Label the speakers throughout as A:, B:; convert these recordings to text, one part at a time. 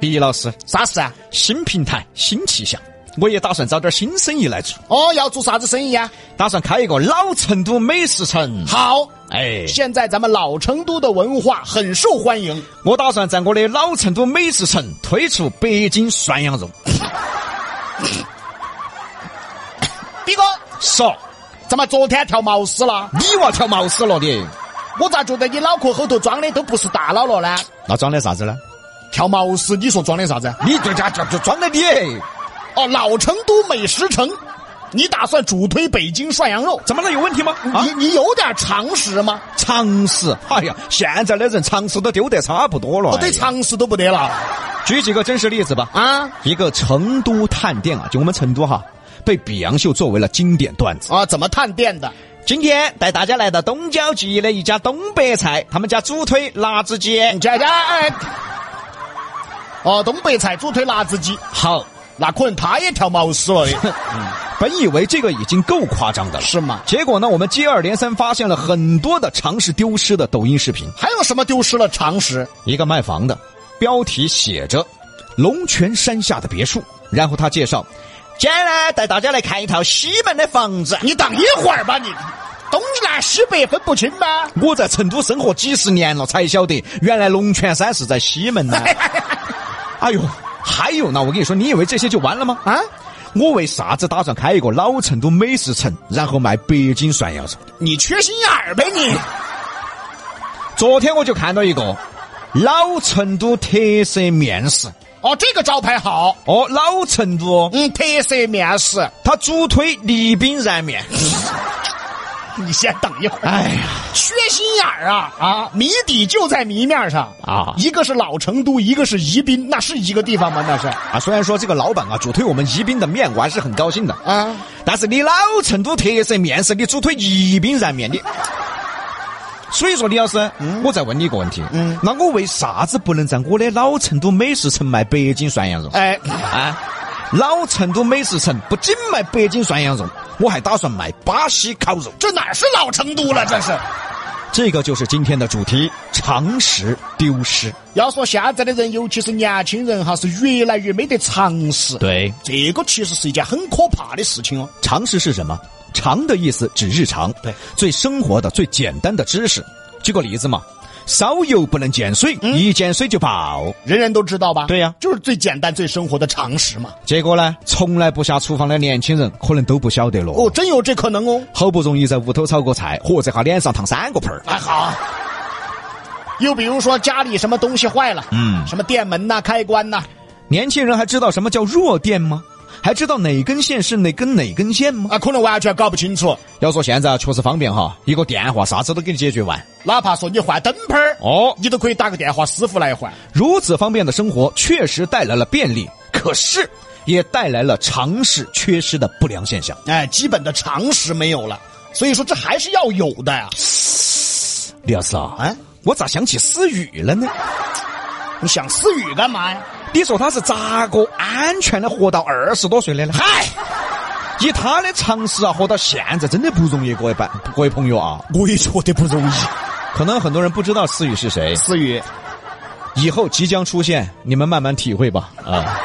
A: 毕老师，
B: 啥事啊？
A: 新平台新气象，我也打算找点新生意来做，
B: 哦，要做啥子生意啊？
A: 打算开一个老成都美食城。
B: 好，
A: 哎，
B: 现在咱们老成都的文化很受欢迎，
A: 我打算在我的老成都美食城推出北京涮羊肉。
B: 比哥，
A: 说，
B: 怎么昨天跳毛丝了？
A: 你娃跳毛丝了你？
B: 我咋觉得你脑壳后头装的都不是大脑了呢？
A: 那装的啥子呢？
B: 跳毛丝，你说装的啥子？
A: 你这家就就装的你，
B: 哦，老成都美食城，你打算主推北京涮羊肉？
A: 怎么了？有问题吗？啊
B: 嗯你，你有点常识吗？
A: 常识，哎呀，现在的人常识都丢得差不多了。
B: 我哦对
A: 哎呀
B: 常识都不得了
A: 举几个真实例子吧。
B: 啊
A: 一个成都探店啊，就我们成都哈，被比洋秀作为了经典段子。
B: 啊！怎么探店的？
A: 今天带大家来到东郊记的一家东北菜，他们家主推辣子鸡。
B: 这家哎，哦，东北菜主推辣子鸡，
A: 好，
B: 那可能他也跳毛丝了的，
A: 本以为这个已经够夸张的了，
B: 是吗？
A: 结果呢，我们接二连三发现了很多的常识丢失的抖音视频。
B: 还有什么丢失了常识？
A: 一个卖房的，标题写着“龙泉山下的别墅”，然后他介绍，今天呢带大家来看一套西门的房子。
B: 你等一会儿吧，你东南西北分不清吗？
A: 我在成都生活几十年了，才晓得原来龙泉山是在西门呢。 哎呦，还有呢，我跟你说，你以为这些就完了吗？
B: 啊，
A: 我为啥子打算开一个老成都美食城，然后卖北京涮羊肉？
B: 你缺心眼儿呗你！
A: 昨天我就看到一个老成都特色面食，
B: 哦，这个招牌好，
A: 哦，老成都，
B: 嗯，特色面食。
A: 它主推宜宾燃面。
B: 你先等一会儿，
A: 哎呀，
B: 缺心眼儿啊啊！谜底就在谜面上
A: 啊
B: 一个是老成都，一个是宜宾，那是一个地方吗？那是
A: 啊，虽然说这个老板啊主推我们宜宾的面，我还是很高兴的。
B: 啊，
A: 但是你老成都特色面食，你主推宜宾燃面，你。所以说，李老师，我再问你一个问题，嗯，那我为啥子不能在我的老成都美食城卖北京涮羊肉？
B: 哎，
A: 啊，老成都美食城不仅卖北京涮羊肉，我还打算卖巴西烤肉。
B: 这哪是老成都了？这是。
A: 这个就是今天的主题：常识丢失。
B: 要说现在的人，尤其是年轻人哈，是越来越没得常识。
A: 对，
B: 这个其实是一件很可怕的事情哦。
A: 常识是什么？常的意思指日常，
B: 对，
A: 最生活的、最简单的知识。举个例子嘛，烧油不能见水，
B: 嗯
A: 一见水就爆。
B: 人人都知道吧？
A: 对呀
B: 就是最简单、最生活的常识嘛。
A: 结果呢，从来不下厨房的年轻人可能都不晓得了。
B: 哦，真有这可能哦。
A: 好不容易在屋头炒个菜，嚯，这下脸上烫三个盆儿。
B: 哎，好。又比如说家里什么东西坏了，
A: 嗯
B: 什么电门呐、开关呐，
A: 年轻人还知道什么叫弱电吗？还知道哪根线是哪根哪根线吗？
B: 啊，可能完全搞不清楚。
A: 要说现在确实方便哈，一个电话啥子都给你解决完。
B: 哪怕说你换灯泡儿，
A: 哦，
B: 你都可以打个电话，师傅来换。
A: 如此方便的生活确实带来了便利，可是也带来了常识缺失的不良现象。
B: 哎，基本的常识没有了，所以说这还是要有的呀。
A: 李老师啊，
B: 哎，
A: 我咋想起思雨了呢？
B: 你想思雨干嘛呀？
A: 你说他是咋个安全的活到二十多岁的呢？
B: 嗨，
A: 以他的常识啊，活到现在真的不容易，各位伴各位朋友啊，
B: 我也觉得不容易。
A: 可能很多人不知道思雨是谁，
B: 思雨，
A: 以后即将出现，你们慢慢体会吧啊。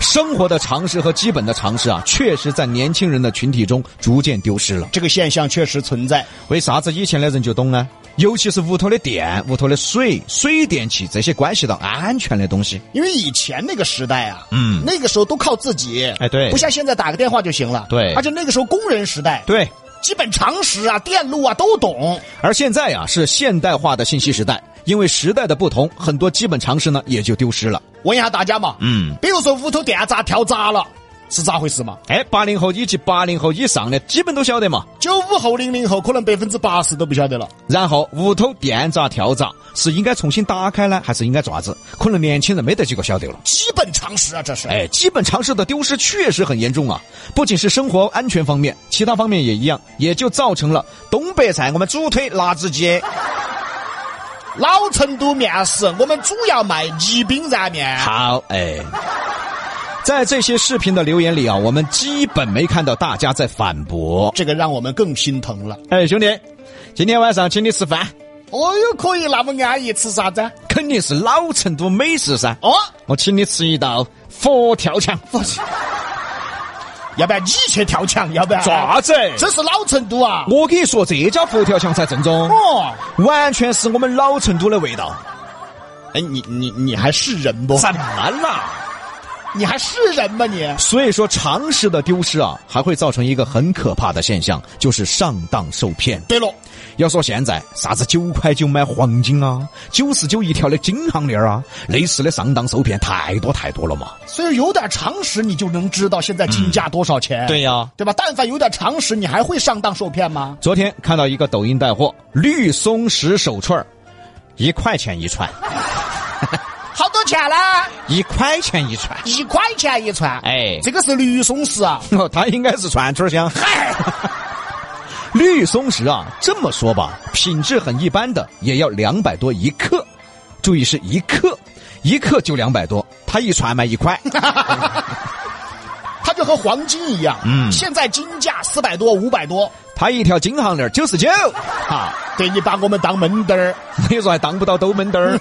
A: 生活的常识和基本的常识啊，确实在年轻人的群体中逐渐丢失了。
B: 这个现象确实存在。
A: 为啥子以前的人就懂呢？尤其是屋头的电、屋头的水、水电气这些关系到安全的东西。
B: 因为以前那个时代啊，
A: 嗯
B: 那个时候都靠自己，
A: 哎对
B: 不像现在打个电话就行了，
A: 对
B: 而且那个时候工人时代，，
A: 对，
B: 基本常识啊、电路啊都懂，
A: 而现在呀、是现代化的信息时代，因为时代的不同，很多基本常识呢也就丢失了。
B: 问一下大家嘛，
A: 嗯，
B: 比如说屋头电啊闸跳闸了，是咋回事嘛？
A: 哎，八零后以及八零后以上的基本都晓得嘛。
B: 九五后、零零后可能百分之八十都不晓得了，
A: 然后屋头电闸跳闸是应该重新打开呢，还是应该爪子？可能年轻人没得几个晓得了。
B: 基本常识啊，这是。
A: 哎，基本常识的丢失确实很严重啊！不仅是生活安全方面，其他方面也一样，也就造成了东北菜我们主推辣子鸡。
B: 老成都面食，我们主要卖宜宾燃面，
A: 好，哎，在这些视频的留言里啊，我们基本没看到大家在反驳。
B: 这个让我们更心疼了。
A: 哎，兄弟，今天晚上请你吃饭，
B: 哦哟，可以那么安逸，吃啥子？
A: 肯定是老成都美食噻。
B: 哦，
A: 我请你吃一道佛跳墙，
B: 我 去，要不然你去跳墙，要不然
A: 爪子
B: 这是老成都啊！
A: 我跟你说，这家佛跳墙才正宗，
B: 哦，
A: 完全是我们老成都的味道。
B: 哎，你你你还是人不？
A: 怎么啦？
B: 你还是人吗你？
A: 所以说，常识的丢失啊，还会造成一个很可怕的现象，就是上当受骗。
B: 对了，
A: 要说现在啥子九块九买黄金啊，九十九一条的金项链啊，类似的上当受骗太多太多了嘛。
B: 所以有点常识，你就能知道现在金价多少钱。
A: 呀、
B: 嗯对吧？但凡有点常识，你还会上当受骗吗？
A: 昨天看到一个抖音带货，绿松石手串儿一块钱一串，
B: 好多钱呢？
A: 一块钱一串。
B: 一块钱一串。
A: 哎
B: 这个是绿松石啊。
A: 哦，它应该是串串香。
B: 嗨，
A: 绿松石啊，这么说吧，品质很一般的也要两百多一克，注意是一克，一克就两百多，它一串卖一块。
B: 它就和黄金一样。嗯，现在金价四百多、五百多。
A: 它一条金项链九十九，哈，
B: 对你把我们当门墩儿，
A: 你说还当不到兜门墩儿？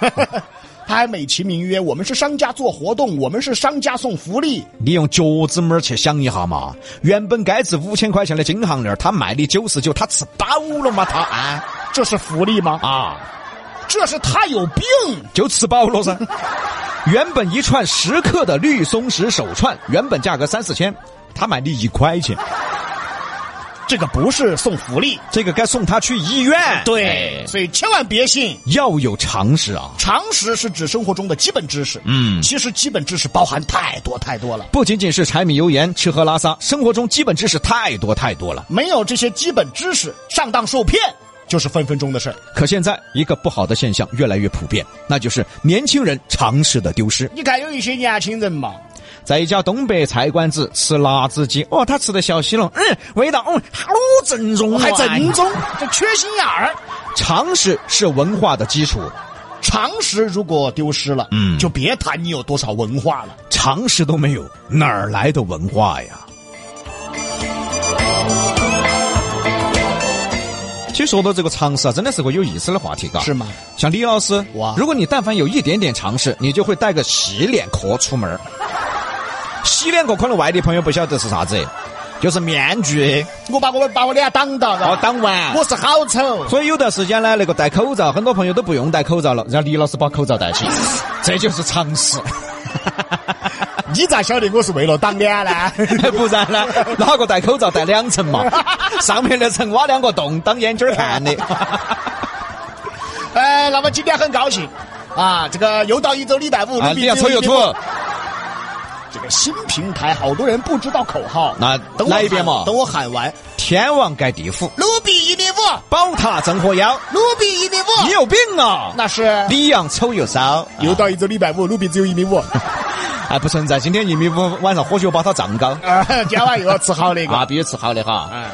B: 他还美其名曰我们是商家做活动，我们是商家送福利。
A: 你用脚趾拇儿去想一下嘛，原本该值五千块钱的金项链，他卖你九十九，他吃饱了嘛？他啊
B: 这是福利吗？
A: 啊，
B: 这是他有病！
A: 就吃饱了噻。原本一串十克的绿松石手串，原本价格三四千，他买你一块钱，
B: 这个不是送福利，
A: 这个该送他去医院。哎
B: 所以千万别信。
A: 要有常识啊，
B: 常识是指生活中的基本知识，
A: 嗯
B: 其实基本知识包含太多太多了。
A: 不仅仅是柴米油盐、吃喝拉撒，生活中基本知识太多太多了。
B: 没有这些基本知识，上当受骗就是分分钟的事儿。
A: 可现在一个不好的现象越来越普遍，那就是年轻人常识的丢失。
B: 你看有一些年轻人嘛，
A: 在一家东北菜馆子吃辣子鸡，哦，他吃的小西龙，嗯，味道，嗯，好正宗、啊，
B: 还
A: 哎
B: 正
A: 呀。
B: 宗，这缺心眼儿。
A: 常识是文化的基础，
B: 常识如果丢失了，
A: 嗯
B: 就别谈你有多少文化了。
A: 常识都没有，哪儿来的文化呀？其实说到这个常识啊，真的是个有意思的话题，嘎。
B: 是吗？
A: 像李老师，
B: 哇
A: 如果你但凡有一点点常识，你就会带个洗脸壳出门儿。洗脸壳可能外地朋友不晓得是啥子，就是面具，
B: 我把我把我脸挡到
A: 哦
B: 了，，
A: 当晚。
B: 啊我是好 丑。
A: 所以有段时间呢，那个戴口罩，很多朋友都不用戴口罩了，让李老师把口罩戴 起，这就是常识，
B: 你咋晓得我是为了挡脸呢？
A: 不然呢，哪个戴口罩戴两层嘛？上面那层挖两个洞当眼睛儿看的。啊
B: 哎，那么今天很高兴啊，这个又到一周礼拜五，
A: 啊，你
B: 鲁宾
A: 要
B: 之
A: 抽又
B: 旅
A: 吐，
B: 这个新平台好多人不知道口号，
A: 那
B: 等我
A: 来一遍
B: 喊
A: 嘛
B: 等我喊完，
A: 天王盖地虎，
B: 卢比一零五，
A: 宝塔镇河妖，
B: 卢比一零五，
A: 你有病啊！
B: 那是
A: 李阳丑又骚，
B: 又到一周礼拜五，卢比只有一 米五，
A: 啊不存在，今天一米五，晚上喝酒把他胀高，
B: 啊，今晚又要吃好那个
A: 啊，必须吃好的哈。
B: 哎。